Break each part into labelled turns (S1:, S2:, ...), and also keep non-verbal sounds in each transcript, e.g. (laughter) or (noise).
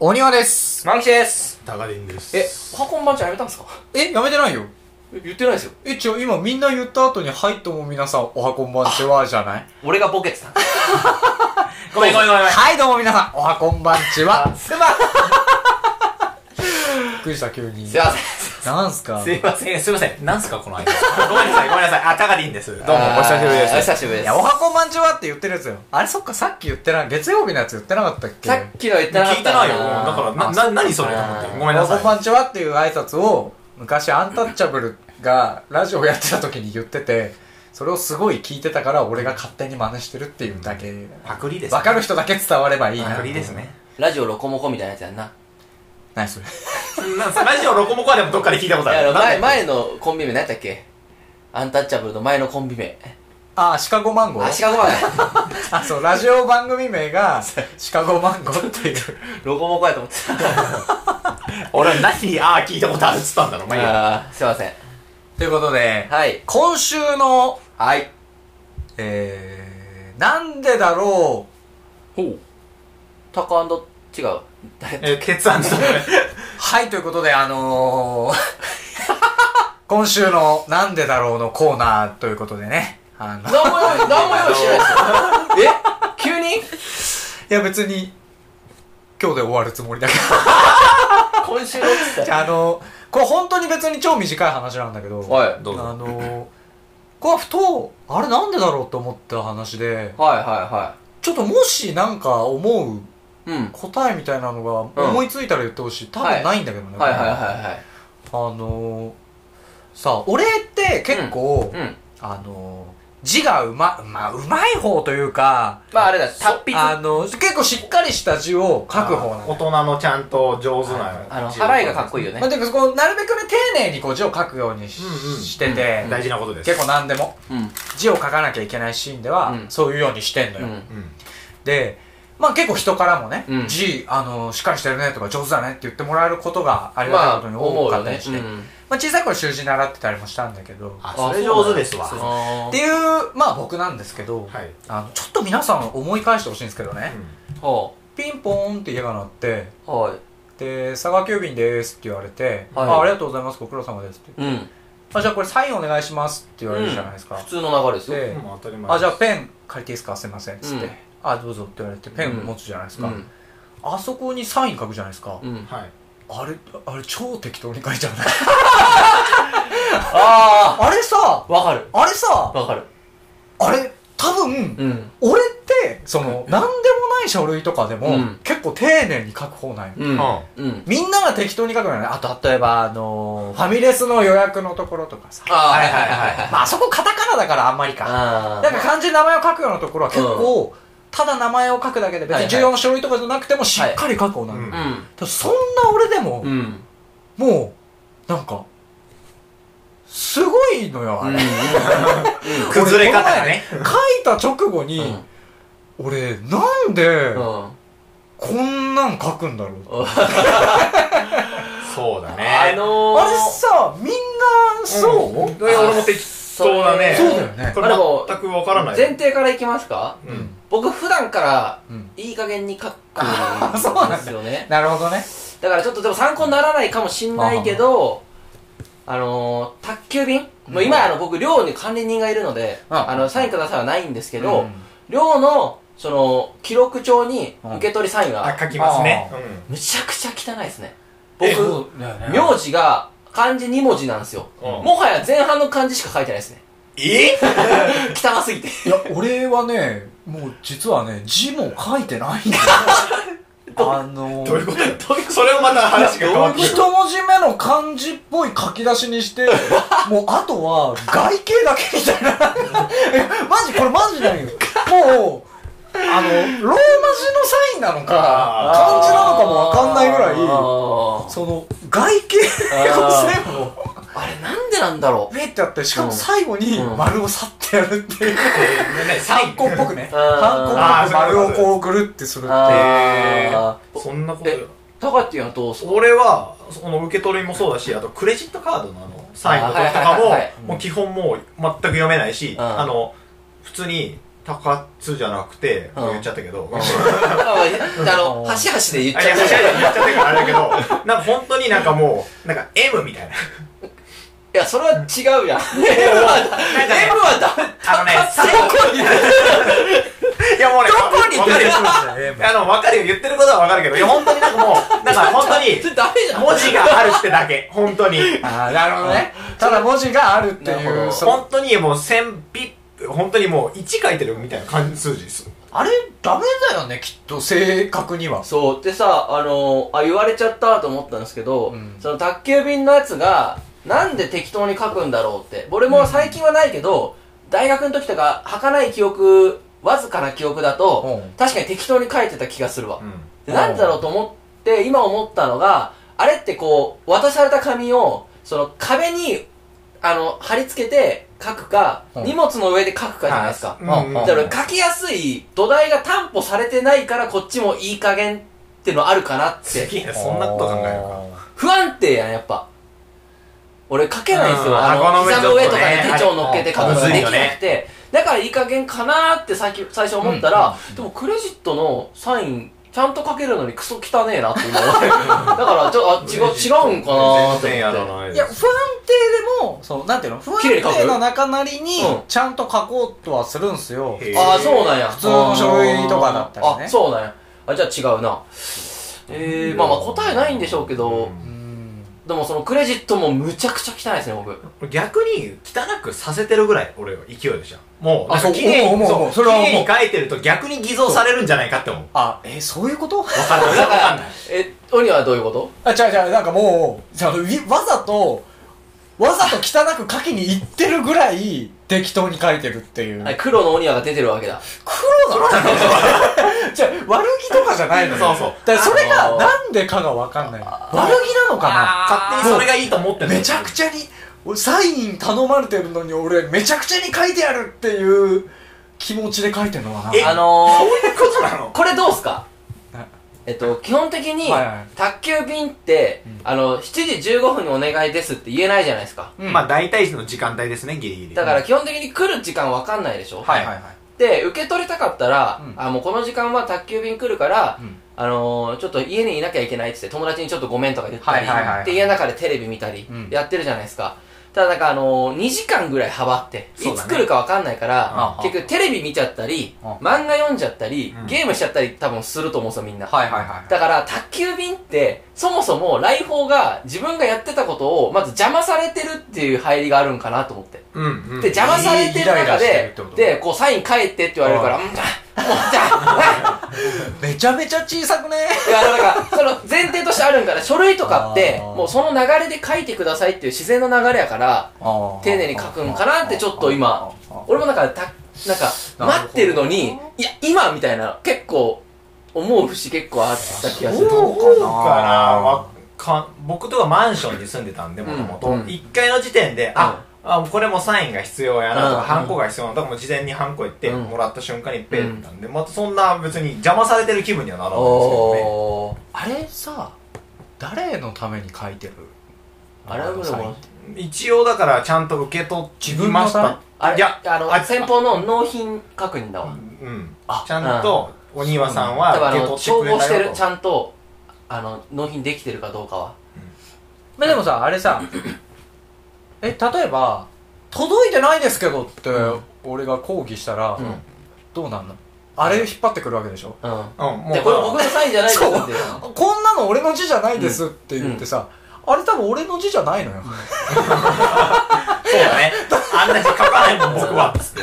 S1: お庭です
S2: マンキシです
S3: タガリンです。
S2: え、パコン番長やめたんですか
S1: えやめてないよ
S2: え言ってないですよ。
S1: えちょ今みんな言った後に「はいとも皆さんおはこんばんちは」じゃない
S2: 俺がボケて (laughs) た。ごめんごめんごめんごめん。
S1: はいどうも皆さんおはこんばんち (laughs) は
S2: すまん。
S1: びっくりした急に
S2: すいません。
S1: なんすか
S2: すいません。すいません。なんすかこの間。
S3: (laughs) ごめんなさい、ごめんなさい。あ、タガリンです。どうも、お久しぶりです。
S2: お久しぶり
S1: い
S2: です
S1: や、お。はこんばんちはって言ってるやつよ。あれ、そっか、さっき言ってな、月曜日のやつ言ってなかったっけ
S2: さっきの言ってなかっ
S3: 聞いて
S2: た
S3: ないよ。
S2: な
S3: だから、
S1: あ
S3: な、な、何それと思って。ごめんな
S1: おはこん
S3: さ
S1: ばんちはっていう挨拶を、昔、アンタッチャブルがラジオやってた時に言ってて、それをすごい聞いてたから、俺が勝手に真似してるっていうだけ。
S3: い。パクリです。
S1: わかる人だけ伝わればいいな。
S3: パクリですね。
S2: ラジオロコモコみたいなやつやんな。
S1: 何それ。 (laughs)
S3: なんすかラジオロコモコはでもどっかで聞いたこと
S2: い
S3: あ
S2: や前、
S3: る。なんだっ
S2: 前のコンビ名何やったっけアンタッチャブルの前のコンビ名。
S1: あ、シカゴマンゴ
S2: あ、シ
S1: ー
S2: カゴマンや。
S3: (laughs)
S1: あ、そう、ラジオ番組名
S2: (laughs)
S1: が、シカゴマンゴーっていう。
S2: ロコモコやと思って
S3: け俺は何に、ああ、聞いたことあるっつったんだろう。まあいいや。
S2: た。あーすいません。
S1: ということで、
S2: はい。
S1: 今週の、
S2: はい。
S1: えー、なんでだろ
S2: ほう。タカアンド、違う。誰
S3: え、血圧とかね。
S1: う。はい、ということで、あのー、 (laughs) 今週のなんでだろうのコーナーということでね。あの、い
S2: 何も用意、何も用意してない
S3: (laughs)
S2: ですよ。え急に
S1: や別に、今日で終わるつもりだけど。
S2: 今週のっつっ
S1: じゃあ、あのこれ本当に別に超短い話なんだけど、
S2: たはい。
S3: どう
S1: あ
S3: ぞ。
S1: のー、これはふと、あれなんでだろうと思った話で、
S2: はいは
S1: ちょっともしなんか思う
S2: いはい。うん。
S1: 答えみたいなの
S2: う
S1: が
S2: ん
S1: 思いついたら言ってほしい。多分ないんだけどね。
S2: はいはい
S1: い。
S2: は
S1: あのー、さあ、俺って結構、
S2: いはい。うん。
S1: あのー、字がうま、まあ、うまい方というか、
S2: まああれだ、達筆。
S1: あのー、結構しっかりした字を書く方なの。
S3: 大人のちゃんと上手な。
S2: あの、払いがかっこいいよね
S1: まあ、。てか、こう、なるべくね、丁寧にこう字を書くようにし,、
S3: うんうん
S1: てて、
S3: 大事なことです。
S1: 結構何でも、
S2: うん。
S1: 字を書かなきゃいけないシーンでは、
S2: うん
S1: そういうようにしてんの
S2: う
S1: よ。
S2: ん。
S3: うん。
S1: で、まあ結構人からもね、
S2: うん
S1: 字、あのー、しっかりしてるねとか上手だねって言ってもらえることがありがたい
S2: まあ
S1: こと、に
S2: 思
S1: 多
S2: う
S1: かっ
S2: よ
S1: たり
S2: ね
S1: し。
S2: う
S1: て、
S2: ん。
S1: まあ小さい頃習字習ってたりもしたんだけど、
S3: あ、それ上手ですわ。
S2: そう
S3: は
S2: だ
S1: って
S2: ね
S1: いう、まあ僕なんですけど、
S3: い。
S1: あの、ちょっと皆さん思い返してほしいんですけど
S3: う
S1: ね、
S3: ん
S2: で、は
S1: ピンポーンって家が鳴って、
S2: あ、はい。
S1: で、佐賀急便ですって言われて、
S2: はい
S1: あありがとうございます、ご苦労様ですって。
S2: うん。
S1: あ、じゃあこれサインお願いしますって言われるじゃないですか。
S2: 普通の流れですよ。
S1: で、
S3: もう当たり前。
S1: あ、じゃあペン借りていいですかすいません。つって、
S2: うん
S1: あ、どうぞって言われて、ペン持つじゃないです
S2: う
S1: か。
S2: ん。
S1: あそこにサイン書くじゃないですか。
S2: うん。
S3: はい。
S1: あれ、あれ超適当に書いちゃうね。
S2: あ
S1: あれさ、
S2: あわかる。
S1: あれさ、
S2: わかる。
S1: あれ、多分、
S2: うん。
S1: 俺って、その、なんでもない書類とかでも、
S2: うん
S1: 結構丁寧に書く方なんよ。
S2: うん。うん。
S1: みんなが適当に書くのよね。あと、例えば、あのーファミレスの予約のところとかさ。
S2: ああ、はいはいはいはい。
S1: まあ、あそこカタカナだからあんまりか。
S2: あ
S1: なんか漢字の名前を書くようなところは結構、ただ名前を書くだけで、別
S2: はいは
S1: に
S2: い
S1: 重要な書類とかじゃなくても、しっかり書く方なのよ。
S3: はいうん
S1: で
S2: あ。
S1: もそんな俺でも、
S2: うん。うん。
S1: もう、なんか、すごいのよ、あれ。
S3: 崩れ方がね。
S1: 書いた直後に、
S2: う
S1: 俺、なんで、
S2: ん。
S1: こんなん書くんだろう。
S3: そうだね。
S2: あのー、
S1: あれさ、みんな、そう、
S3: ん俺も適当だね。
S1: そうだよね
S3: これ全くわからない。
S2: 前提からいきますか
S3: うん。
S2: 僕普段から
S1: うん。
S2: いい加減に書く
S1: ーそうなん
S2: ん
S1: だ
S2: ですよね
S1: なるほどね。
S2: だからちょっとでも参考にならないかもしんないけどあのー、宅急便、
S1: うん
S2: もう今あの僕寮に管理人がいるので、
S1: あ
S2: あのサインくださいはないんですけ
S1: う
S2: ど、
S1: ん
S2: 寮のその記録帳に受け取りサイン
S3: あ、
S2: は
S3: 書きますね。
S1: あ
S3: うん
S2: むちゃくちゃ汚いですね
S3: えそ
S2: 僕名字が漢字2文字なんですよ、
S3: うん
S2: もはや前半の漢字しか書いてないですね
S1: (laughs)
S3: え
S2: 汚すぎて
S1: いや、俺はね、もう実はね、字も書いてないんだよ。あの
S3: どういうこと (laughs) それをまた話が変わってくる。
S1: 一文字目の漢字っぽい書き出しにして、もうあとは外形だけみたいな。いやマジ、これマジなんよ。もう、あの、ローマ字のサインなのか、
S3: あ
S1: 漢字なのかもわかんないぐらい、
S2: あー
S1: その、外形
S2: あ
S1: を
S2: ー
S1: 全部を、
S2: あれなんでなんだろう
S1: ウェってやって、しかも最後に
S2: うん
S1: 丸を去ってやるっていう。
S3: ね
S1: ハンコっぽくね。
S2: うん
S1: ハンコっぽく丸をこうぐるってするっていう。
S2: あー
S3: そんなことよ。
S2: タカティはどうす
S3: 俺は、その受け取りもそうだし、あとクレジットカードのあの、サインの時とか
S2: あはいはいはいはい
S3: も、もう基本もう全く読めないし、
S2: ん
S3: あの、普通に、高津じゃなくて、
S2: うん
S3: もう言っちゃったけど、
S2: ああの、端々で言っち
S3: あい
S2: ゃ
S3: やいや
S2: っ
S3: い
S2: た。い
S3: や言っちゃったからあれだけどなんか本当になんかもうなんか M みたいな
S2: や、それは違うやん。M (laughs)
S3: なんかね
S2: はダメ。
S3: あ (laughs) のね最後
S2: こに
S3: いやもうね
S2: どこに
S3: わかるよ
S1: ね
S3: あの分かるよ言ってることは分かるけどいや本当になんかもうなんか本当に
S2: それダメじゃん。
S3: 文字があるってだけ本当に
S1: ああなるほどねただ文字があるって
S2: なるほ
S1: いう
S2: ど
S1: その
S3: 本当にもう1000ピップ本当にもう1書いてるみたいな感じ数字です
S1: あれダメだよねきっと正確には
S2: そう。でさ、あのあ、言われちゃったと思ったんですけど、
S1: うん
S2: その宅急便のやつが、なんで適当に書くんだろうって。俺も最近はないけど、大学の時とか、儚い記憶、わずかな記憶だと、
S1: うん
S2: 確かに適当に書いてた気がするわ。
S3: う
S2: でなんでだろうと思って、今思ったのが、あれってこう、渡された紙を、その壁に、あの、貼り付けて書くか、
S1: うん
S2: 荷物の上で書くかじゃないですか。
S1: あ
S3: うん
S1: あ
S2: だから書きやすい土台が担保されてないからこっちもいい加減ってのあるかなっ
S3: す
S2: て
S3: げえなそんなこと考えるか
S2: 不安定やんやっぱ俺書けないんです
S3: うん
S2: よあの
S3: 箱の上
S2: 膝
S3: ちょっとね
S2: の上とかに手帳乗っけて書くのが
S1: あむず
S2: で
S1: い
S2: きな
S3: よ
S2: く
S3: ね
S2: て、だからいい加減かなーって最近最初思ったら、でもクレジットのサインちゃんと書けるのにクソ汚ねえなって今思ってだからちょっと違う違うんかなーって
S3: 全然やら
S2: 思って
S3: ない
S1: い
S3: で
S1: や
S3: す
S1: 不安定でもそのなんていうの不安
S2: 綺麗に書く
S1: 定の中なりに
S2: うん
S1: ちゃんと書こうとはするんすよ
S3: へえ
S2: ああそうなんや
S1: 普通の書類とかだったらね
S2: あそうなんやあじゃあ違うなえー、まあまあ答えないんでしょうけど、
S3: うん
S1: うん
S2: でもそのクレジットもむちゃくちゃ汚いですね僕
S3: 逆に汚くさせてるぐらい俺は勢いでしたもう
S1: あ
S3: なんか
S1: そう
S3: 綺麗
S1: 思う
S3: に
S1: 思う思
S3: そうう
S1: そ
S3: 綺
S1: れは思う
S3: 麗に書いてると逆に偽造されるんじゃないかって思う
S1: あえそういうこと
S3: わかんないわかんない
S2: え鬼はどういうこと
S1: あ、違う違う、なんかもう、そのいわざと、わざと汚く書きに行ってるぐらい、適当に書いてるっていう。
S2: あ黒の鬼はが出てるわけだ
S1: 黒なのじゃあ悪気とかじゃないのよ。
S3: そうそう
S1: だからそれ
S2: あ
S1: が、
S2: のー
S1: なんでかがわかんない。悪気なのか
S3: 勝手にそれがいいと思って
S1: な
S3: るの
S1: めちゃくちゃに、俺サイン頼まれてるのに俺、めちゃくちゃに書いてやるっていう気持ちで書いてるのかな。
S3: え
S2: あのー、
S3: そういうことなの
S2: これどうすか
S1: な
S2: えっと基本的に、
S1: はいはい
S2: 宅急便って、
S1: ん
S2: あの7時15分にお願いですって言えないじゃないですか
S1: うん
S3: まあ大体の時間帯ですねギリギリ
S2: だから基本的に来る時間わかんないでしょ
S1: はいはいはい。
S2: で受け取りたかったら、
S1: うん
S2: あもうこの時間は宅急便来るから、
S1: うん
S2: あのー、ちょっと家にいなきゃいけないっつって友達にちょっとごめんとか言ったり、
S1: はいはいはいはい
S2: で家の中でテレビ見たり
S1: うん
S2: やってるじゃないですか、ただなんかあのー、2時間ぐらい幅ってい
S3: そうだ
S2: つ
S3: ね
S2: 来るかわかんないから
S1: あ、あ
S2: 結局テレビ見ちゃったり
S1: あ
S2: 漫画読んじゃったり、
S3: うん
S2: ゲームしちゃったり多分すると思うんですよみんな、
S1: はいはいはい。
S2: だから宅急便ってそもそも来訪が自分がやってたことをまず邪魔されてるっていう入りがあるんかなと思って
S3: うんうん
S2: で邪魔されてる中
S1: イライラしてるっ
S2: で
S1: てこと
S2: でこうサイン返ってって言われるから「うんじゃあもうじゃあうん
S1: めちゃめちゃ小さくね。
S2: いやなんかその前提としてあるんから書類とかって
S1: あー
S2: もうその流れで書いてくださいっていう自然の流れやから丁
S1: 丁
S2: 寧に書くんかなってちょっと今俺もなんかたなんか
S1: なるほど
S2: 待ってるのにいや今みたいな結構思う節結構あった気がする
S1: そう
S3: そうかな
S1: あー
S3: わか僕とかマンションに住んでたんで
S2: うん
S3: もとも
S2: う
S3: と
S2: ん
S3: 1階の時点で、ああこれもサインが必要やなと
S2: う
S3: か、
S2: ん
S3: ハンコが必要なとかもう事前にハンコ行って
S2: うん
S3: もらった瞬間にペンなんで、またそんな別に邪魔されてる気分にはならないんですけどね
S2: お
S1: あ
S2: ー
S1: れさ誰のために書いてる
S2: あれはもうでも
S3: 一応だからちゃんと受け取りまし
S1: 自分の
S3: た
S2: あれ
S3: いや
S2: あの
S3: あ
S2: 先方の納品確認だわ
S3: うん
S1: あ
S3: ちゃんとお庭さんは
S2: 多分あ
S3: 受け
S2: の
S3: 取って
S2: 照
S3: くれ
S2: 合して
S3: たよ
S2: る
S3: と
S2: ちゃんとあの納品できてるかどうかは
S1: まあでもさあれさえ例えば「届いてないですけど」って俺が抗議したら、
S2: うん
S1: どうなんのあれ引っ張ってくるわけでしょ
S2: うん
S3: うんもう
S2: でこれ僕のサインじゃないですって
S1: こんなの俺の字じゃないですって言ってさ、あれ多分俺の字じゃないのよ、
S3: そうだ
S2: (laughs)
S3: ねあんなに書かないもん僕はつって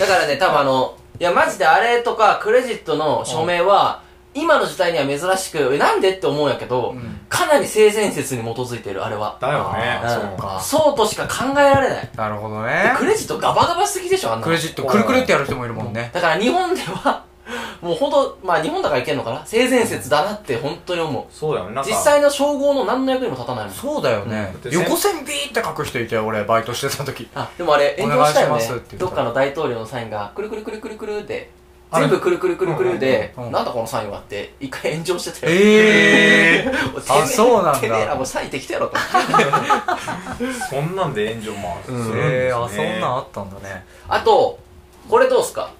S2: だからね多分あのいやマジであれとかクレジットの署名は今の時代には珍しくえなんでって思うんやけど、
S1: うん
S2: かなり性善説に基づいてるあれは
S3: だよね
S1: あー
S3: そうか
S2: そうとしか考えられない
S1: なるほど
S2: で
S1: ね
S2: クレジットガバガバすぎでしょあんなの
S1: クレジットくるくるってやる人もいるもんね
S2: だから日本では (laughs) もうほんとまあ日本だからいけんのかな性善説だなって本当に思う
S3: そうだよねなんか
S2: 実際の称号の何の役にも立たないもん
S1: そうだよね、
S3: うん
S1: 横線ビーって書く人いて俺バイトしてた時
S2: あでもあれ炎上したよ
S1: お願い
S2: ね
S1: しますって言った
S2: どっかの大統領のサインがくるくるくるくるくるで
S3: あれ
S2: 全部くるくるくるくるで、
S1: うんうんうん
S2: なんだこのサインはって一回炎上してたよ
S1: ええー、
S2: (laughs) お
S1: あそうなんだ
S2: てめえらもうサインできたやろと思って
S3: そんなんで炎上もあるするんですね
S1: えー、あそんなんあったんだね
S2: あとこれどうすか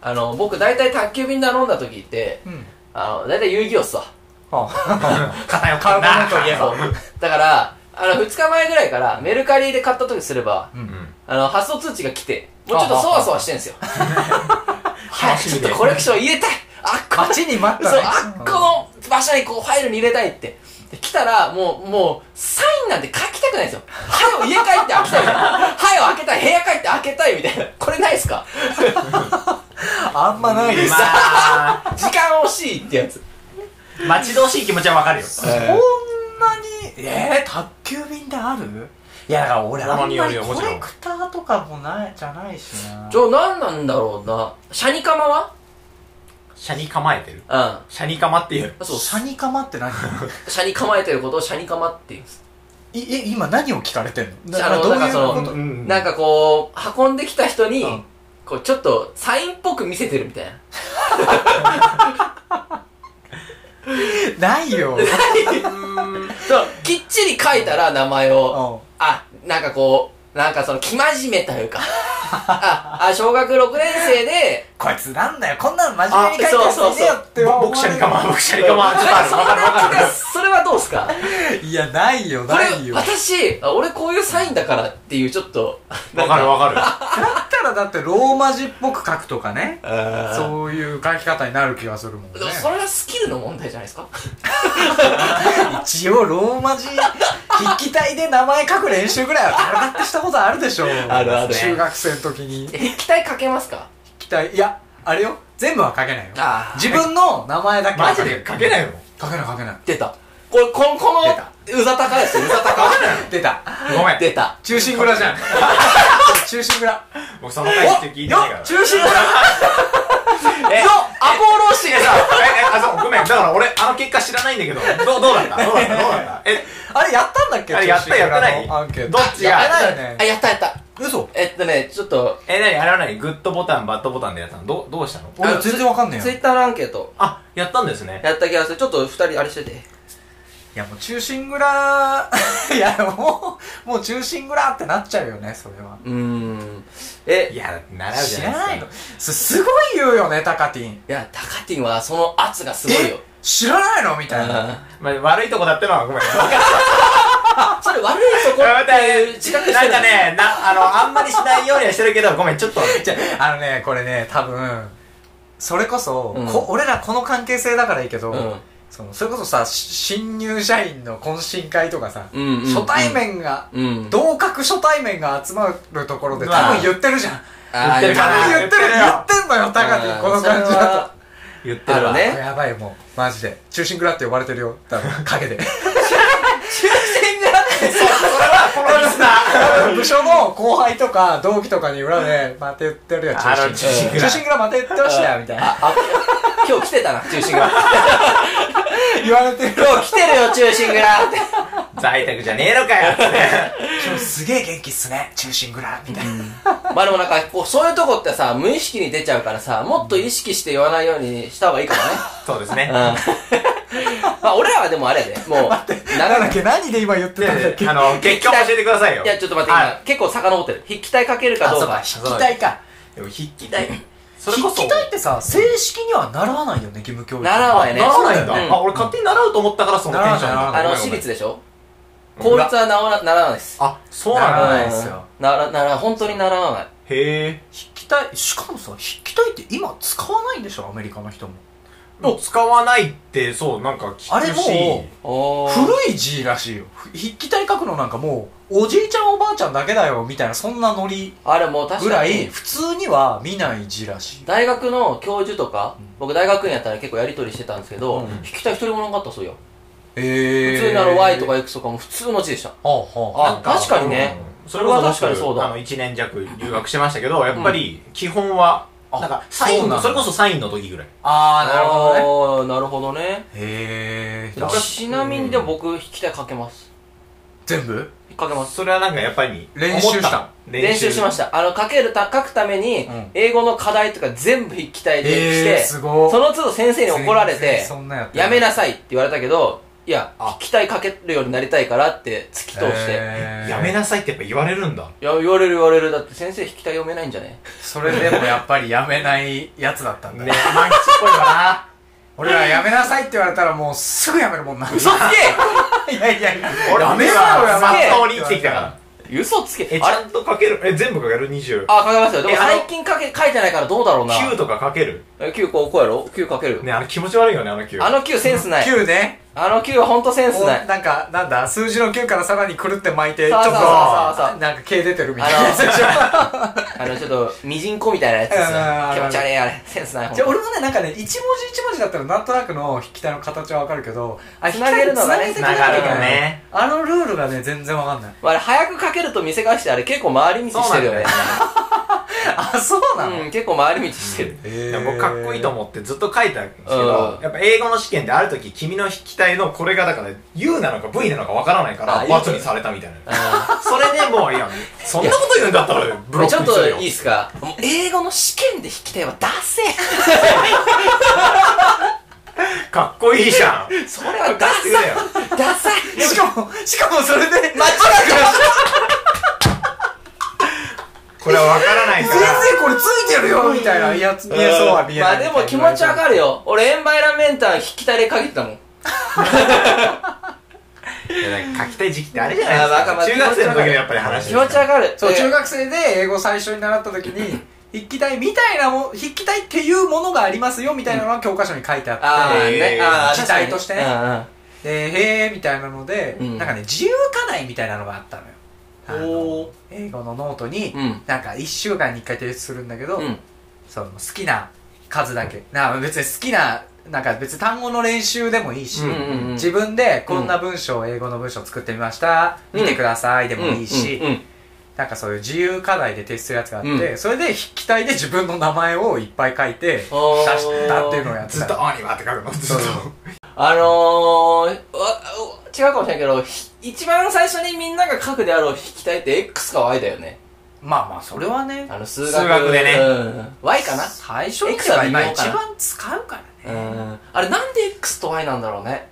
S2: あの、僕大体宅急便頼んだ時って、
S1: うん
S2: あの、大体遊戯王っすわ。
S1: は
S3: 偏っ
S1: 買
S3: た
S1: うも
S3: な
S1: のといえば
S2: そうだから、あの、2日前ぐらいからメルカリで買った時すれば、
S1: う
S3: うんん
S2: あの、発送通知が来て、もうちょっとそわそわして
S1: (laughs)
S2: んすよ。早くちょっとコレクション入れたいあっこ
S1: 勝ちに待った
S2: そう
S1: ね
S2: あっこの場所にこうファイルに入れたいってで来たらもうもうサインなんて書きたくないですよ早よ家帰って開けたいみたいな早よ開けたい部屋帰って開けたいみたいなこれないですか
S1: あんまないです
S3: まあ
S2: 時間惜しいってやつ
S3: 待ち遠しい気持ちはわかるよ
S1: こんなにえー、宅急便であるいやだから俺あんま
S3: もの
S1: り
S3: に
S1: コ
S3: よるよもちろん
S1: レクターとかもないじゃないしな
S2: じゃあ何なんだろうなシャニカマは
S3: 車に構えてる
S2: う
S3: 車に構っていうん
S2: そう
S1: シャニカマって何
S2: シャニ構えてることをシャニカマっていうんです
S1: いえ今何を聞かれてんの
S2: じゃああの
S1: どういう
S2: なんかその
S1: こと
S3: うん
S2: なんかこう運んできた人に、
S1: うん
S2: こうちょっとサインっぽく見せてるみたい
S1: (laughs)
S2: な
S1: ないよ、
S2: そうきっちり書いたら名前を、
S1: う
S2: あ、なんかこう、なんかその、生真面目というか、あ、あ小学6年生で、
S1: (laughs) ん、こいつなんだよこんなの真面目に書いて
S2: あそうそうそ
S1: やつ
S2: う
S1: ねよって思われる
S3: 僕車に構う僕車に構うちょっとある
S2: そん
S3: わ
S2: な
S3: かるわか
S2: 気
S3: る
S2: がそれはどうですか
S1: いやないよ
S2: こ
S1: な
S2: れ
S1: い、よだっ
S2: 私、あ俺こういうサインだからっていう、ちょっと、
S3: わかるわかる
S1: たらだってローマ字っぽく書くとかね
S2: そ
S1: そういう書き方になる気がするもんね
S2: う。でもそれはスキルの問題じゃないですか
S1: (laughs) 一応ローマ字筆記体で名前書く練習ぐらいは体ってしたことあるでしょ
S2: あるあるね
S1: 中学生の時に筆
S2: え液体かけますか
S1: 記体いやあれよ全部は書けないよ
S2: あ
S1: 自分の名前だけ
S3: マジで書けないもん
S1: 書けない書けない
S2: 出た。これ、この、こ
S1: 出た
S2: の、うざたかですよ、うざたか。
S1: 出た
S3: ごめん
S2: 出た。
S1: 中心蔵じゃん (laughs) 中心蔵
S3: 僕その回って聞いてないから
S1: 中心蔵
S3: え
S2: の、アコーローシーがさ、
S3: え、え、あ、そう、ごめん。だから俺、あの結果知らないんだけど、どう、どうだったどうだったどうだったえ、
S1: あれやったんだっけ
S3: あれやったやってない
S1: 中心蔵のアンケート
S3: どっちが
S1: やってないよ
S2: あ、
S1: ね
S2: やったやった。
S1: 嘘
S2: えっとね、ちょっと、
S3: え、なにあれは何グッドボタン、バッドボタンでやったのどう、どうしたの
S1: 俺全然わかんねえよ
S2: ツイッターのアンケート、
S3: あ、やったんですね。
S2: やった気がする。ちょっと二人あれしてて。
S1: いやもう中心蔵 (laughs) いやもうもう中心蔵ってなっちゃうよねそれは
S2: うーん。え、
S3: い
S2: い
S3: や、習う
S1: 知
S3: じゃ
S1: らな
S3: ない
S1: い
S3: で
S1: の
S3: す
S1: す
S3: か。
S1: すごい言うよねタカティン
S2: や、タカティンはその圧がすごいよ。
S1: え知らないのみたいな
S3: まあ、悪いとこだってのはごめん。
S2: あそれ悪いとこっていう自覚して
S3: なん
S2: る。
S3: かね、な、あの、あんまりしないようにはしてるけど、ごめん、ちょっと、じゃ
S1: (laughs) あのねこれね多分それこそ、
S2: うん
S1: こ俺らこの関係性だからいいけど、
S2: うん
S1: そのそれこそさし新入社員の懇親会とかさ、
S2: うんうんうん
S1: 初対面が、
S2: うん。
S1: 同格初対面が集まるところで
S3: うわ
S1: 多分言ってるじゃん
S2: あー
S3: 言ってる
S1: 多
S3: かな
S1: 分言ってる
S3: 言ってる
S1: 言
S3: よ
S1: ってんのよタカティンこの感じだと。
S3: 言ってるわ。
S2: あるね
S1: やばいもうマジで中心蔵って呼ばれてるよ多
S2: (laughs)
S1: 分陰で
S2: 中心が
S3: そう、それは、このリスナ
S1: (laughs) 部署の後輩とか同期とかに裏で「また言ってるよ中
S3: あ
S1: 心
S3: の中心蔵
S1: 中心蔵また言ってましたよ」みたいな
S2: あ、あ、今日来てたな、中
S1: (laughs)
S2: 心が。
S1: 言われてる
S2: 今日来てるよ、中心がって。
S3: ー。在宅じゃねえのかよ、って。
S1: 今日すげえ元気っすね中心蔵みたいな
S2: (laughs) まあでもなんか、こう、そういうとこってさ、無意識に出ちゃうからさ、もっと意識して言わないようにした方がいいからね。
S3: そうです
S1: (laughs)
S2: (laughs) うん。
S3: ね。
S2: まあ俺らはでもあれやで、もう、
S1: なん
S2: 長
S1: だっ
S2: い。
S1: け何で今言ってたんだっけ
S3: で、あの、結果教えてくださいよ。
S2: いや、ちょっと待って、
S3: はい
S2: 今、結構遡ってる。筆記体かけるかどうか。
S1: そうか筆記体か
S3: でも筆記体。それ
S1: 筆
S3: こそ
S1: 記。体ってさ正式には習わないよね義務教育
S2: 習わないね
S3: 習わないんだ。
S2: うん
S3: あ、俺勝手に習うと思ったから、そのテンションだった
S2: あの、
S3: ごめんご
S2: 私
S3: めん
S2: 立でしょ公立はなおな、習わないです。
S3: あ、そう
S1: 習
S3: な
S1: わ
S3: んだ。
S1: な
S3: へ
S1: いですよ
S2: うん。なら、なら、本当に習わない。
S3: え。
S1: 筆記体しかもさ筆記体って今使わないんでしょアメリカの人も
S3: 使わないって、そう、なんか聞くし。
S1: あれもう
S2: おー。
S1: 古い字らしいよふ筆記体書くのなんかもうおじいちゃんおばあちゃんだけだよみたいなそんなノリ
S2: あれもう確
S1: ぐ
S2: から
S1: い
S2: に、
S1: 普通には見ない字らしい
S2: 大学の教授とか、
S1: ん
S2: 僕大学院やったら結構やりとりしてたんですけど、
S1: うん
S2: 引きたい一人もなかったそうよ。
S1: え
S2: 普通なの Y とか X とかも普通の字でした。
S1: はあは
S2: あ、確かにね。
S3: うん。
S2: それは確かにそうだ
S3: あの、1年弱留学してましたけど、やっぱり、基本は、
S1: あ
S3: なんか、サイ
S1: そう
S3: ン
S1: なんだ
S3: の、それこそサインの時ぐらい。
S1: あね
S2: ほどね。なるほどね。
S1: へえ
S2: ちなみにでも僕、引きたいかけます。
S1: 全部
S2: かけます。
S3: それはなんか、やっぱり、
S1: 練習した
S3: 思った
S2: 練習しました。あの、書けるた、書くために
S1: うん、
S2: 英語の課題とか全部筆記体でして、
S1: すごい
S2: その都度先生に怒られて、
S1: そんなやって
S2: やめ
S1: い
S2: なさいって言われたけど、いや
S3: あ、
S2: 期待かけるようになりたいからって突き通して。
S3: やめなさいってやっぱ言われるんだ。
S2: いや、言われる言われる。だって先生、期待読めないんじゃね
S1: それでもやっぱりやめないやつだったんだね満喫っぽいわ
S2: (laughs)
S1: な俺らやめなさいって言われたらもうすぐやめるもんな
S2: (laughs) 嘘つ
S1: いやいやいや
S3: 俺
S1: やめろよ
S3: は
S1: や
S3: マ
S1: め
S3: ッ
S1: ろ
S3: ト
S1: よ
S3: 降りてきたから。
S2: け嘘つけ
S3: え、ち
S2: あれ
S3: ゃんとかける。え、全部かける ?20。
S2: あ、かけますよ。でも
S3: えあの
S2: 最近かけ、書いてないからどうだろうな。
S3: 9とかかける。
S2: え9こう、こうやろ ?9 かける。
S3: ね、あの気持ち悪いよね、あの9。
S2: あの9センスない。
S1: 9ね
S2: あの9はほんとセンスない。
S1: なんかなんだ数字の9からさらに狂って巻いてちょ
S2: そ
S1: っ
S2: う
S1: と
S2: そうそうそうそう
S1: なんか毛出てるみたいなやつでしょ
S2: あの、ちょっと、ミジンコみたいなやつです
S1: うんある
S2: 気持ち悪い、あれ。センスない。ほ
S1: (laughs)
S2: ん
S1: じゃあ
S2: と
S1: 俺もねなんかね一文字一文字だったらなんとなくの筆記体の形はわかるけどあ
S2: つなげるのがね
S1: 筆記体つなげていかなきゃいけない
S3: つながるのね
S1: あのルールがね全然わかんない
S2: あれ、早くかけると見せ返して、あれ結構回り道してるよね。
S1: あそうなの、
S2: うん、結構回り道してる。
S1: え
S3: でも僕かっこいいと思ってずっと書いたんですけ
S2: う
S3: ど
S2: ん、
S3: やっぱ英語の試験である時君の筆記体のこれがだから U なのか V なのかわからないから
S2: あ
S3: 罰にされたみたいな。
S2: あ
S3: それでもう、いや、そんなこと言うんだったらブロ
S2: ー
S3: ッ
S2: ち
S3: ク
S2: ょっ
S3: にす
S2: と
S3: るよ。
S2: いいっすかもう英語の試験で引き手は出せ
S3: かっこいいじゃん。
S2: (laughs) それは出
S3: 出してくれよ。
S2: せダサい
S1: しかもしかもそれで
S2: 間違え
S3: これはわからないか
S1: 全
S3: ら。
S1: 然これついてるよみたいなやつ見えそうは見え
S2: ま
S1: ない
S2: あでも気持ちわかるよ。俺エンバイラメンタン引きたれかけてたもん。
S3: いやなんか書きたい時期ってあれじゃないですか。中学生の時のやっぱり話です
S2: 気
S3: よ
S2: 持ちわかる。
S1: そう
S2: で
S1: 中学生で英語最初に習った時に筆記体みたいなもん筆記体っていうものがありますよみたいなのが教科書に書いてあって、
S2: ああ、ね。
S3: えー
S2: ああ、
S1: 時代としてね
S2: 確かにね
S1: で、へえみたいなので、
S2: うん
S1: なんかね、自由課題みたいなのがあったのよ。あの英語のノートに、
S2: うん。うん。
S1: なんか1週間に1回提出するんだけど、
S2: うん。
S1: その好きな数だけ。な別に好きな、なんか別に単語の練習でもいいし、
S3: うん
S2: うんうん
S1: 自分でこんな文章、英語の文章作ってみました、
S2: うん
S1: 見てくださいでもいいし、
S2: うんうん
S1: なんかそういう自由課題で提出するやつがあって、
S2: う
S1: それで筆記体で自分の名前をいっぱい書いて、出したっていうのをやって
S3: ず
S1: た
S3: っ。と、アニマって書くの、ずっと。
S1: そう
S2: あのー、わわ違うかもしれないけど、ひ一番最初にみんなが書くであろう引きたいって X か Y だよね。
S1: まあまあ、それはね、
S2: あの、数学。
S3: 数学でね
S2: うん。Y かな
S1: 最初に
S2: X は微妙かな
S1: 一番使うからね、
S2: うん。あれなんで X と Y なんだろうね。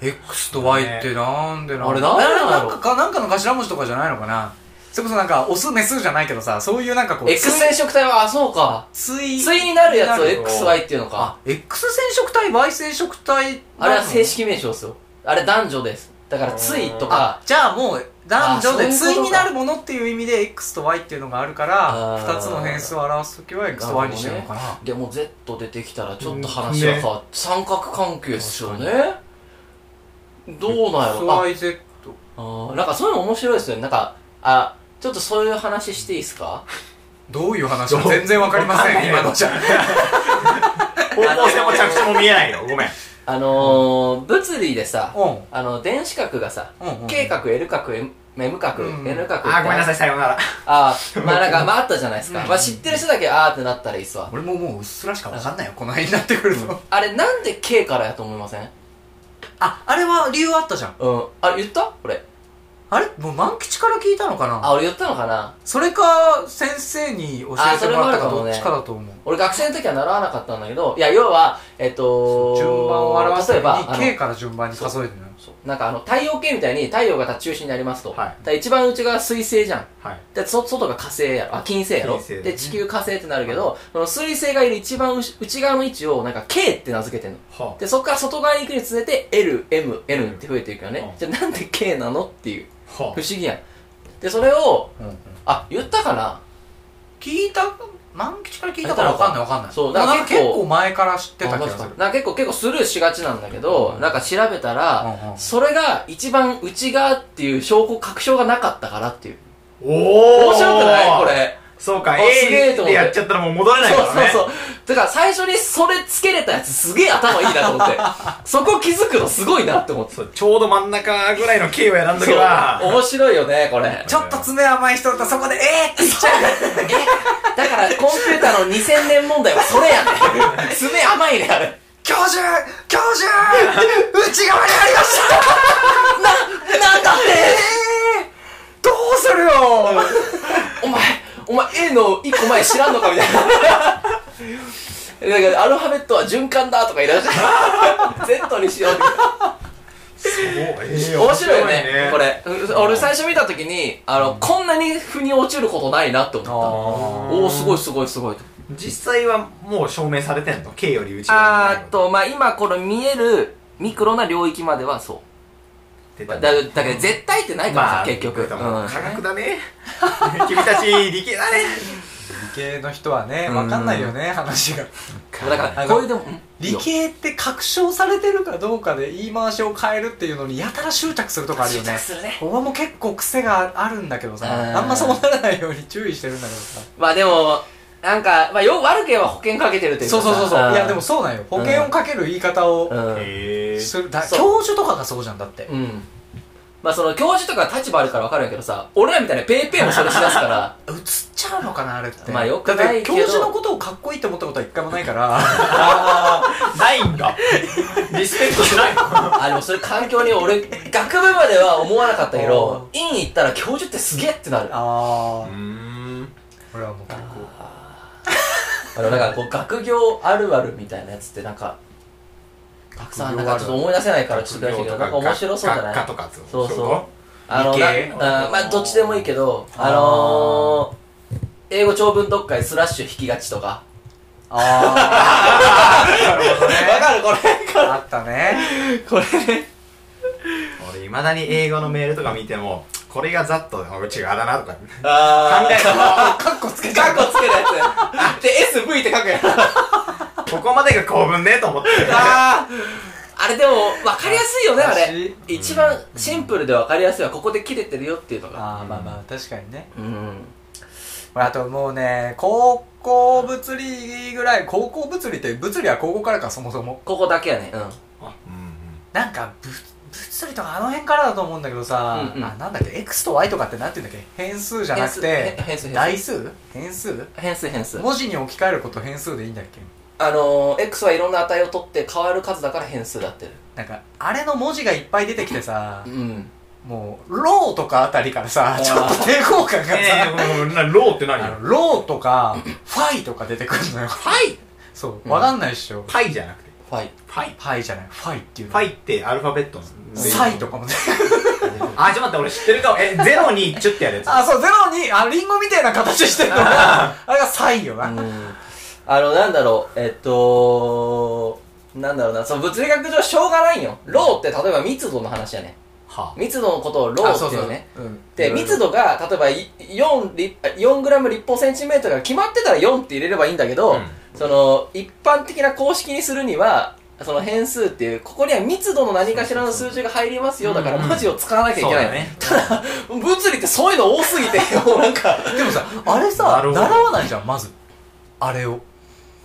S1: X と Y ってなんでな
S2: あれなんでなんだろう
S1: なんかかなんかの頭文字とかじゃないのかなそれこそなんかオスメスじゃないけどさそういうなんかこう
S2: X 染色体は、あ、そうか。
S1: つい
S2: 対になるやつを
S3: え
S2: XY っていうのか
S1: あ。X 染色体 Y 染色体
S2: あれは正
S1: 式
S2: 式名称ですよ。あれ男女です。だから、ついとか
S1: あ、じゃあもう男女
S2: あ
S1: で
S2: そういうことか
S1: 対になるものっていう意味で X と Y っていうのがあるから
S2: あー
S1: 2つの変数を表すときは X と Y にしてるのかな
S2: でも Z 出てきたらちょっと話が変わって、三角関係ですよね。どうなんや
S1: X
S2: ろあ
S1: Y Z
S2: あーなんかそういうの面白いですよね。なんか、あ、ちょっとそういう話していいです
S1: (laughs)
S2: か
S1: どういう話か全然わかりません今のじゃ
S3: 方向性も着地も見えないよ。ごめん。
S2: あのー、物理でさ、
S1: うん
S2: あの、電子殻がさ、
S1: うんうん
S2: K 角、L 角、M M 角、
S1: うん
S2: N 角って
S3: あー、ごめんなさい、さようなら。
S2: あーまあなんか、まああったじゃないですか。
S1: うん
S2: まあ知ってる人だけ、あーってなったらいいっすわ。
S1: 俺ももううっすらしかわかんないよこの辺になってくると
S2: あれなんで K からやと思いません
S1: あ、あれは理由あったじゃん。
S2: うん。あれ言った俺。
S1: あれもう満吉から聞いたのかな
S2: あ、俺言ったのかな
S1: それか、先生に教えてもらったか
S2: あそれもあるかも
S1: ど
S2: ね
S1: っちかだと思う。
S2: 俺学生の時は習わなかったんだけど、いや、要は、えっと、
S1: 順番を表す
S2: 例えば、
S1: ため
S2: あ
S1: に、
S2: の
S1: K から順番に数えてるのよ。
S2: そうなんかあの、太陽系みたいに太陽が中心にありますと。
S3: はい
S2: だから一番内側は水星じゃん。
S3: はい。
S2: で、そ外が火星やろ。あ、金星やろ。
S3: 金星だね
S2: で、地球火星ってなるけど、その水星がいる一番内内側の位置を、なんか K って名付けてんの。
S3: は
S2: で、そこから外側に行くにつれて、L、M、N って増えていくよね
S3: う。ん
S2: じゃあなんで K なのっていう。
S3: あ。
S2: 不
S3: は
S2: 思議やん。で、それを、
S1: うんうん
S2: あ、言ったかな
S1: 聞いた、満吉から聞いたからわかんないわかんない。
S2: そう
S1: だから
S2: だから
S1: 結
S2: 結構
S1: 構前から知ってた
S2: あ
S1: 気が
S2: 確
S1: す
S2: か
S1: る
S2: に。なんか結構結構スルーしがちなんだけど、なんか調べたら、
S1: うんうん
S2: それが一番内側っていう証拠確証がなかったからっていう
S3: おお
S2: 面白くないこ。れ
S3: そうか、
S2: あすげ
S3: A
S2: えと思って
S3: ってやっちゃったらもう戻れない
S2: そう
S3: からね。
S2: そうそうだから最初にそれつけれたやつすげえ頭いいなと思 (laughs) ってそこ気づくのすごいなって思って
S3: そうちょうど真ん中ぐらいの K を選んだけ
S2: そう
S3: どな
S2: 面白いよねこれ
S1: ちょっと爪甘い人だったらそこで、えー
S2: (laughs)
S1: って言っちゃう。
S2: だからコンピューターの2000年問題はそれや (laughs) ね爪甘いねあれ
S1: 教授教授内側にありました
S2: なんだって
S1: えーどうするよ
S2: お前、お前 A の一個前知らんのかみたいな。だからアルファベットは循環だとかいらっしゃる。Z にしようみたいな。面
S3: 面
S2: 白いよねこれう俺最初見た時にあの、こんなに腑に落ちることないなって思ったおおすごいすごいすごい
S3: 実際はもう証明されてんの K よりうち
S2: あーっとまあ今この見えるミクロな領域まではそうだだけど絶対ってないからさ、
S3: まあ
S2: 結局、うん、
S3: 科学
S2: (laughs)
S3: だね君たち理系だね
S1: 理系の人はね分かんないよね話が
S2: だからこういうでもん
S1: 理系って確証されてるかどうかで言い回しを変えるっていうのにやたら執着するとこあるよね
S2: 執着するね
S1: 俺も結構癖があるんだけど
S2: うん
S1: さあんまそうならないように注意してるんだけどさ
S2: まあでもなんか、まあ、よ悪ければ保険かけてるというか
S1: そう
S2: さ
S1: そうそうそう
S2: うん
S1: いやでもそうなんよ保険をかける言い方を
S2: うん、
S3: へえ
S1: するだ
S2: そう
S1: 教授とかがそうじゃんだって
S2: うん、まあその教授とか立場あるから分かるんやけどさ俺らみたいなペーペーもそれしだすから (laughs)
S1: 映っちゃうのかなあれって
S2: まあよくないけど
S1: だって教授のことをかっこいいと思ったことは一回もないから
S3: ないんだリスペクトしないの
S2: あでもそれ環境に俺学部までは思わなかったけど
S1: お
S2: 院行ったら教授ってすげえってなる
S1: あ
S3: う
S1: あ
S3: ーん
S1: 俺はもう結構
S2: あのなんかこう学業あるあるみたいなやつってなんかたくさんなんかちょっと思い出せないからちょっと悔しいけどなんか面白そうじゃない
S3: 学科とかってこと
S2: そうそうあの
S3: 理系
S2: なうんまあどっちでもいいけどあのー、英語長文読解スラッシュ引きがちとか
S1: あ
S3: なるほどね
S2: わかるこ
S1: ああったね
S2: れこれね
S3: 俺いまだに英語のメールとか見てもこれがざっと違うだなとか考
S2: あ
S3: えた
S1: カッコつけち
S2: カ
S1: ゃ
S2: ッ
S1: う
S2: コつけるやつで SV って書くやん
S3: ここまでが構文ねと思って
S2: あーあれでも分かりやすいよねあ
S1: 難
S2: れ
S1: し
S2: 一番シンプルで分かりやすいはここで切れてるよっていうのが
S1: ああまあまあ確かにね
S2: うん
S1: 俺あともうね高校物理ぐらい高校物理って物理は高校からかそもそも
S2: ここだけやねうん
S1: なんかぶ物理とかあの辺からだと思うんだけどさ、
S2: うんうん
S1: あなんだっけ X と Y とかってなんていうんだっけ変数じゃなくて
S2: 変数変数変数
S1: 代数変数
S2: 変数変数
S1: 文字に置き換えること変数でいいんだっけ
S2: あのー、X はいろんな値を取って変わる数だから変数だってる
S1: なんかあれの文字がいっぱい出てきてさ
S2: うん
S1: もうローとかあたりからさ
S2: あー
S1: ちょっと抵抗感がさ、
S3: ローって
S1: あのローとかファイとか出てくるのよ
S3: パイ
S1: そうわかんないっしょ、
S3: パイじゃなくて
S2: ファイ
S3: パイ
S1: ファイじゃないファイっていうの
S3: ファイってアルファベットの
S1: サイとかも出てくる
S3: あ、ちょっと待って、俺知ってるかも。え、ゼロにちょっとやるやつ。
S1: あ、そう、ゼロに、あ、リンゴみたいな形してるのが、あれがサイよな。
S2: うんあのなんだろうえっとなんだろうなその物理学上しょうがないんよローって例えば密度の話やね
S3: は
S2: 密度のことをローっていうね
S1: あ。そうそううん
S2: で密度が例えばい 4, リ4グラム立方センチメートルが決まってたら4って入れればいいんだけど、
S3: うん
S2: その一般的な公式にするにはその変数っていうここには密度の何かしらの数字が入りますよだから文字を使わなきゃいけない、
S3: うんうん
S2: ただ物理ってそういうの多すぎてもうなんか
S1: でもさ、あれ
S3: な
S1: さ、
S3: るほ
S1: 習
S3: ど
S1: わないじゃん、まず。あれを。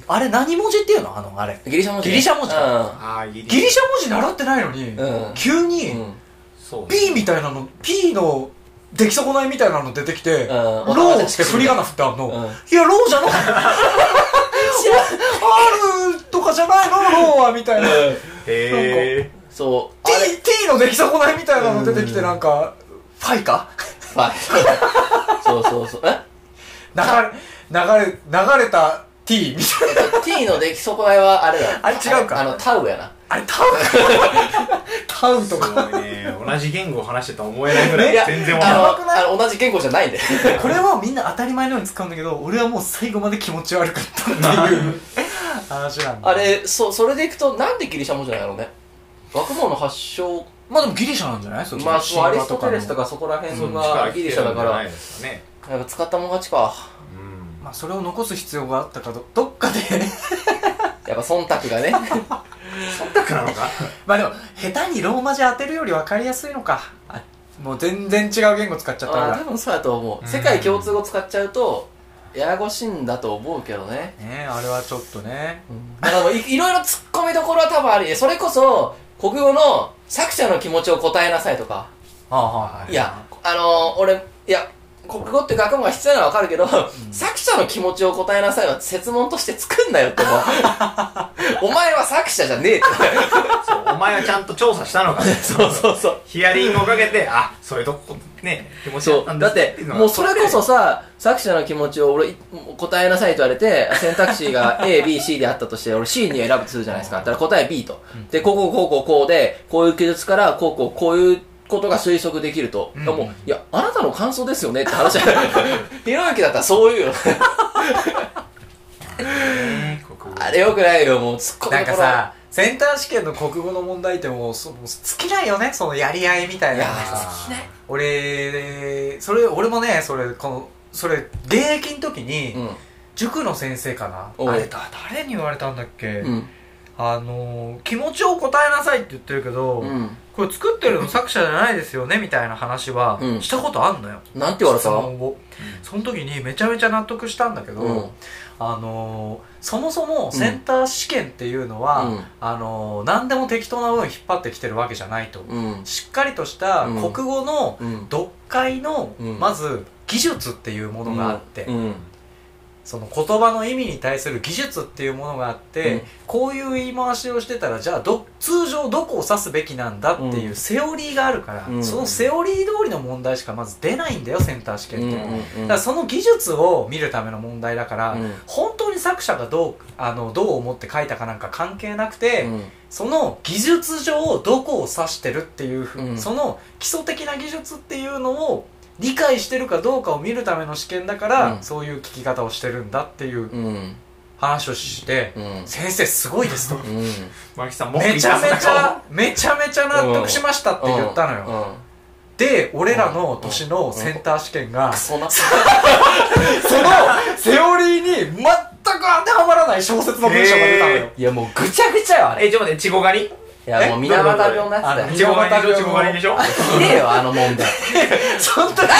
S1: あれ何文字っていうのあの、あれ。
S2: ギリシャ文字ね
S1: ギリシャ文字
S2: うん
S3: あ、ギリ
S1: ギリシャ文字習ってないのに
S2: うん、
S1: 急
S2: う
S1: に、
S2: ん
S3: そう。
S1: P みたいなの、P の出来損ないみたいなの出てきて、ロ
S2: うん
S1: ーって振り仮名振ってあんの
S2: うん。
S1: いや、ローじゃない。R とかじゃないの、ローは、みたいな。
S3: へぇ
S2: そう
S1: T, T の出来損ないみたいなの出てきてなんか、ファイか
S2: あれそうそうそうえ
S1: 流れ、流れ、流れた T みたいな。
S2: T の出来損ないはあれだ
S1: あれ違うか
S2: あのタウやな
S1: あれ、タウ
S2: (laughs)
S1: タウとか。
S3: ー。すごいね。同じ言語を話してたとは思えないぐらい、全然わかんない。
S2: あのあの同じ言語じゃないんで
S1: これはみんな当たり前のように使うんだけど、俺はもう最後まで気持ち悪かったっていう話なんだ。
S2: (laughs) あれそそれでいくとなんでギリシャ文字なんやろうね学問の発祥
S1: まあでもギリシャなんじゃないそっち
S2: まあ
S1: 神話
S2: アリストテレスと
S1: か
S2: かそこら辺
S3: そっち
S2: が
S3: ら
S2: ギ
S3: 来
S2: リ
S3: て
S2: シャ
S3: る
S2: だ
S3: ん
S2: か
S3: じゃな
S2: ら
S3: いですかね。
S2: やっぱ使ったもん勝ちか
S1: の。
S3: う
S1: まあそれを残す必要があったかど、どっかで。 (laughs)
S2: やっぱ忖度がね
S3: ん。忖度なのか
S1: まあでも、下手にローマ字当てるより分かりやすいのか。あもう全然違う言語使っちゃったか
S2: あ (laughs) あ多
S1: ら。
S2: 分そうやと思う
S3: うん
S2: 世界共通語使っちゃうとややこしいんだと思うけどね
S1: ねあれはちょっとね。
S2: だからもういいろ (laughs) いろ突っ込みどころは多分あるそれこそ国語の作者の気持ちを答えなさいとか
S1: ああはいはい
S2: や、あのー、俺、いや、国語って学問が必要なのはわかるけど、作者の気持ちを答えなさいは説問として作んなよって思う。お前は作者じゃねえって。
S3: そうお前はちゃんと調査したのか
S2: そうそうそう。
S3: ヒアリングをかけて、あ、そういうとこ、ね、気持ちだ
S2: そ
S3: った
S2: う。
S3: ん
S2: だ
S3: だ
S2: って
S3: い、のが
S2: もうそれこそさ、作者の気持ちを俺、いこ答えなさいと言われて、選択肢が A、B、C であったとして、俺 C に選ぶとするじゃないですか。だから答え B と。で、こうこうこうこうこうで、こういう記述から、こうこうこういうことが推測できると。
S1: ん
S2: もう、いや、あなたの感想ですよねって話 (laughs) じゃない。ひろゆきだったらそういうよ。
S3: えー、国語
S2: あれよくないよ、もう突っ込
S1: なんか、さセンター試験の国語の問題ってもうそもう尽きないよねそのやり合いみたい
S2: い
S1: な
S2: や
S1: のが
S2: ー、
S1: さ
S2: 好きない。
S1: 俺それ俺もねそれこのそれ現役の時に、
S2: うん。
S1: 塾の先生か
S2: おう
S1: なあれだ誰に言われたんだっけ、
S2: うん。
S1: あのー気持ちを答えなさいって言ってるけど、
S2: うん。
S1: これ作ってるの作者じゃないですよねみたいな話は
S2: うん
S1: したことあんのよ、
S2: なんて言われ
S1: 質
S2: た
S1: 問をその時にめちゃめちゃ納得したんだけど、
S2: うん
S1: あのーそもそもセンター試験っていうのは、
S2: うん
S1: あのー何でも適当な分引っ張ってきてるわけじゃないと、
S2: うん。
S1: しっかりとした
S2: うん
S1: 国語の
S2: うん。
S1: 読解の、
S2: うん
S1: まず技術っていうものがあって、
S2: うん。
S1: その言葉の意味に対する技術っていうものがあって、
S2: うん
S1: こういう言い回しをしてたらじゃあど通常どこを指すべきなんだっていううんセオリーがあるから、
S2: うん
S1: そのセオリー通りの問題しかまず出ないんだよセンター試
S2: う
S1: 験
S2: ん。う
S1: っ
S2: ん
S1: て、だ
S2: うん。
S1: からその技術を見るための問題だから、
S2: うん
S1: 本当に作者がどうあのどう思って書いたかなんか関係なくて、
S2: うん
S1: その技術上どこを指してるっていうふう、
S2: うん
S1: その基礎的な技術っていうのを理解してるかどうかを見るための試験だから、
S2: うん
S1: そういう聞き方をしてるんだっていう
S2: うん。
S1: 話をして、
S2: うん。
S1: 先生すごいです
S2: (laughs)
S1: と
S2: うん。
S3: マキさん文句言
S1: め
S3: い
S1: ち
S3: 出
S1: ゃ
S3: す
S1: め
S3: な
S1: ちゃめちゃめちゃ納得しましたって言ったのよ、
S2: よ。
S1: で俺らの年のセンター試験が、
S2: うん。そんな。
S1: そのセオリーに全く当てはまらない小説の文章が出たのよ、
S2: いやもうぐちゃぐちゃよ、あれ。
S3: え、ちょっと待って、チゴ狩り
S2: いやもう水俣病になってたよ
S1: あの。
S3: チゴ狩りでしょ、チゴ狩りでしょ
S2: ひでえよ、あの問題。
S1: その時
S2: なんだよ、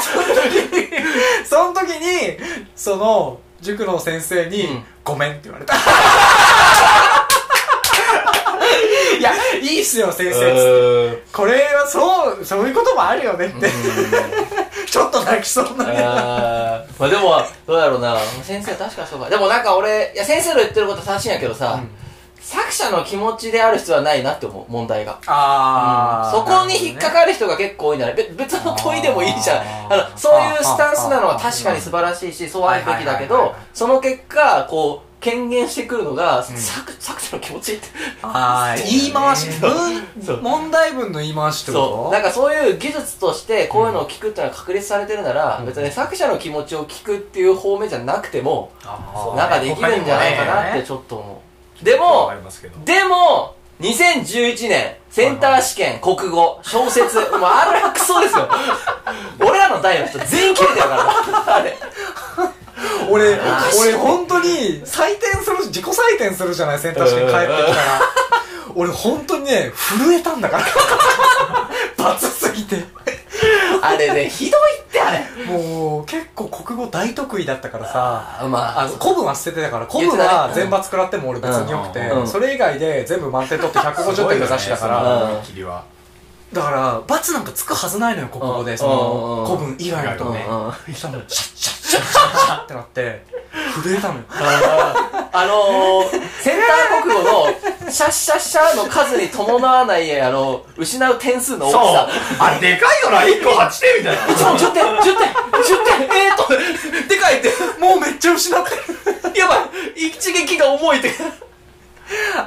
S1: その時に、その、塾の先生に、
S2: うん
S1: ごめんって言わ
S2: (laughs)
S1: れた。いや、いいっすよ、先生。これはそう、そういうこともあるよねって。 (laughs) ちょっと泣きそうな
S2: 俺。
S1: ね。
S2: あーまあでも、どうだろうな。先生確かそうか。でもなんか俺、いや先生の言ってること正しいんやけどさ、作者の気持ちである必要はないなって思う、問題が。
S1: あ
S2: そこに引っか
S1: る
S2: かる人が結構多いんじゃないべ別の問いでもいいじゃん。
S1: あー
S2: あの、そういうスタンスなのは確かに素晴らしいし、そうあるべきだけ
S1: はいはいはい
S2: ど
S1: はい、
S2: その結果、こう、権限してくるのが、作作者の気持ちって。
S1: あー言い回し、
S2: そうそう
S1: 文、問題文の言い回しって
S2: そう
S1: こ
S2: なんかそういう技術としてこういうのを聞くっていうのは確立されてるなら、別に作者の気持ちを聞くっていう方面じゃなくても
S1: とあー
S2: なんかできるんじゃないかなってちょっと思うで
S3: わ
S2: も
S3: かりますけど。
S2: でも2011年センター試験国語小説もうあれはクソですよ俺らの代の人全員切れてるからあれ
S1: 俺、
S2: あー
S1: 俺本当に採点する、自己採点するじゃない、センター試験帰ってきたら。俺本当にね、震えたんだから。 (laughs) バツすぎて。
S2: あれねひどいってあれ
S1: もう、結構国語大得意だったからさ。
S2: あま
S1: あの、古文は捨ててたから、古文
S2: 言ってた
S1: は
S2: ね
S1: 全罰食らっても俺別に良くて、
S2: うんうん
S1: それ以外で全部満点取って150点目指しだから、
S2: すごいよね
S3: その思い切りは。
S1: だから、罰なんかつくはずないのよ、国語
S2: うん
S1: で、その、
S2: うん
S1: 古文以外のとこね
S2: うんうん。
S1: したらもうシャッシャッシャッシャッシャッってなって、震えたのよ。
S2: あーあのー、センター国語のシャッシャッシャーの数に伴わない、あの、失う点数の大き
S3: そう
S2: さ。
S3: あれ、でかいよな、1個8点みたいな。
S2: そう10点、10点、10点、えーっと、でかいって、
S1: もうめっちゃ失ってる。
S2: やばい、一撃が重いって。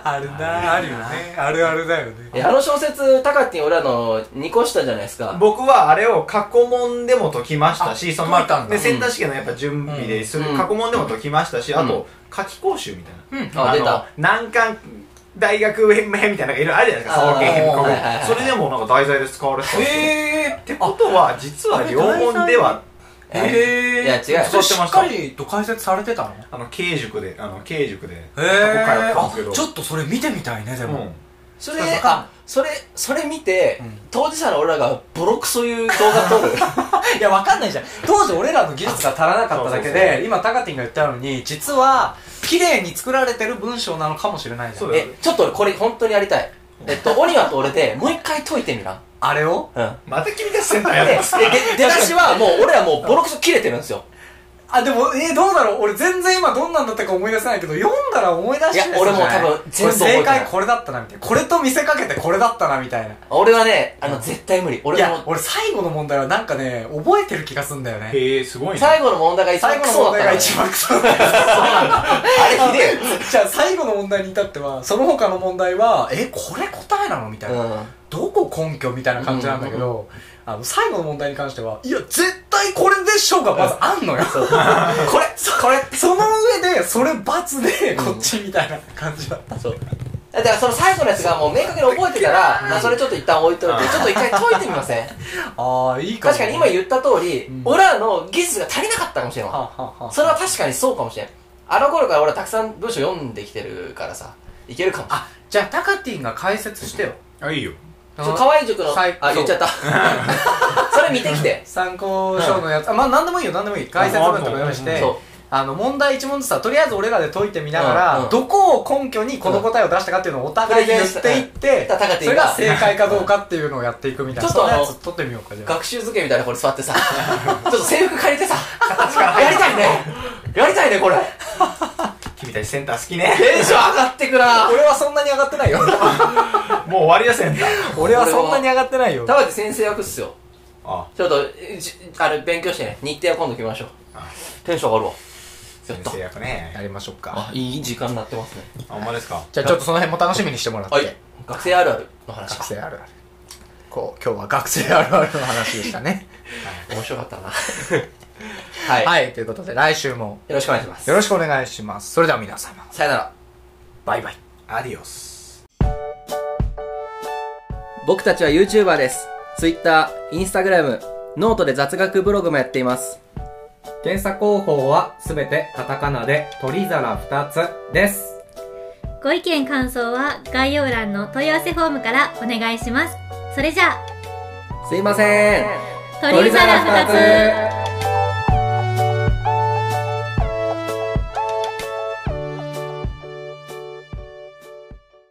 S1: あるなあるよねあるあるだよね
S2: あの小説、タカティン俺らの2個下じゃないですか。
S3: 僕はあれを過去問でも解きましたし、そのま
S1: 解いた
S3: あ
S1: んだ
S3: でセンター試験のやっぱ準備でする
S2: うん
S3: 過去問でも解きましたし、
S2: ん
S3: あと夏期講習みたいな。
S2: あ、出た。
S3: の難関大学編みたいなのがいろいろあるじゃないですか、
S2: あー
S3: 総研編
S2: はいはいはい
S3: それでもなんか題材で使われてたんですよ
S1: え
S3: ってことは、実は両問では、
S1: ええ
S2: いや違う
S1: それ
S3: 使ってまし
S1: し
S3: た
S1: っかりと解説されてたのへ
S3: あの、慶塾で、あの、慶塾で、過去会や
S1: え
S3: ったんですけど。
S1: ちょっとそれ見てみたいねで
S3: う
S1: も
S3: ん
S2: それ、あ、それ、それ見て、当事者の俺らがボロクソいう動画撮る。
S1: (laughs) いやわかんないじゃん当時俺らの技術が足らなかっただけ
S3: そうそう
S1: で今タカティンが言ったように実は綺麗に作られてる文章なのかもしれないじゃ
S3: そ
S1: ん
S3: うだよ
S2: え、ちょっと俺これ本当にやりたい。え
S1: (laughs)
S2: っと、オニワと俺でもう一回解いてみな。
S1: あれを
S2: うん。
S3: また君たちセンターや
S2: で
S3: るんですか
S2: でで出だしはもう俺らもうボロクソ切れてるんですよ
S1: あ、でも、えーどうだろう俺全然今どんなんだったか思い出せないけど、読んだら思い出し
S2: い
S1: て
S2: や
S1: る、
S2: 俺も多分
S1: これ
S2: 全部覚えて
S1: 正
S2: ない
S1: 解。これだったな、みたいな。これと見せかけてこれだったな、みたいな。
S2: 俺はね、あの、絶対無理。
S1: い
S2: 俺
S1: や、
S2: も、
S1: 俺最後の問題はなんかね、覚えてる気がすんだよね。
S3: へえ、すごいね。
S2: 最後の問題が一番
S1: 最後
S2: ク
S1: の
S2: ソだ
S1: 問
S2: っ
S1: 題
S2: たから
S1: が
S2: ね。
S1: 一番クソだった。
S2: あれひで
S1: (laughs) じゃあ最後の問題に至っては、その他の問題は、え、これ答えなのみた (laughs)
S2: え
S1: い
S2: よ。
S1: な。
S2: うん。
S1: どこ根拠みたいな感じなんだけど、あの、最後の問題に関しては、いや、絶対これでしょうがまずあんのよ。 (laughs)
S2: そう。これ、これ。
S1: その上で、それ罰で、こっちみたいな感じだった。
S2: そう。だからその最後のやつがもう明確に覚えてたら、まあそれちょっと一旦置いといて、
S3: うん
S2: ちょっと一回解いてみませ (laughs) ん
S1: ああ、いいかも。
S2: 確かに今言った通り、
S1: うん
S2: 俺らの技術が足りなかったかもしれん
S1: は
S2: わ。
S1: あはあはあ
S2: それは確かにそうかもしれん。あの頃から俺はたくさん文章読んできてるからさ、いけるかもしれん。
S4: あじゃあタカティンが解説してよ
S3: あ、いいよ。
S2: ちょ河合塾の、
S4: 最
S2: あ、言っちゃ (laughs) った。それ見てきて。
S4: 参考書のやつ、あまあ何でもいいよ何でもいい解説文とか用意し
S3: う
S4: て
S3: ん
S2: そう。
S4: あの問題1問ずつはとりあえず俺らで解いてみながら、
S2: うんうん
S4: どこを根拠にこの答えを出したかっていうのをお互いに言っていって、
S2: うん
S4: それが正解かどうかっていうのをやっていくみたいな
S2: ちょっとあの
S4: そのやつ取ってみようかじゃあ
S2: 学習机みたいなこれ座ってさ、 (laughs) ちょっと制服借りてさ、やりたいね。やりたいね、これ。
S3: 君たちセンター好きね。
S2: テンション上がってくな
S4: 俺はそんなに上がってない
S2: (laughs)
S4: よ
S3: もう終わりだ、センター。
S4: 俺はそんなに上がってないよ
S2: 田畑先生役っすよ。
S3: あ、
S2: ちょっと、えじあれ、勉強してね。日程は今度決めましょう
S3: あ。
S2: テンション上がるわ。や
S3: 先
S2: った
S3: 生。役ね。
S4: やりましょうか
S2: あ、いい時間になってますね。
S3: あ、ほんまですか。
S4: じゃあちょっとその辺も楽しみにしてもらって、
S2: はい。学生あるあるの話
S4: 学。生あるあるこう今日は学生あるあるの話でしたね
S2: 面白かったな。 (laughs) はい。よ
S4: はいということで来週も
S2: ろしくお願いします。
S4: よろしくお願いしますそれでは皆様
S2: さよなら。
S4: バイバイ
S3: アディオス。
S2: 僕たちは YouTuber です。Twitter、Instagram、ノートで雑学ブログもやっています。
S5: 検査方法はすべてカタカナで鳥皿2つです。
S6: ご意見感想は概要欄の問い合わせフォームからお願いします。それじゃあ、
S2: すいません。
S6: 鳥皿
S5: 二
S6: 2つ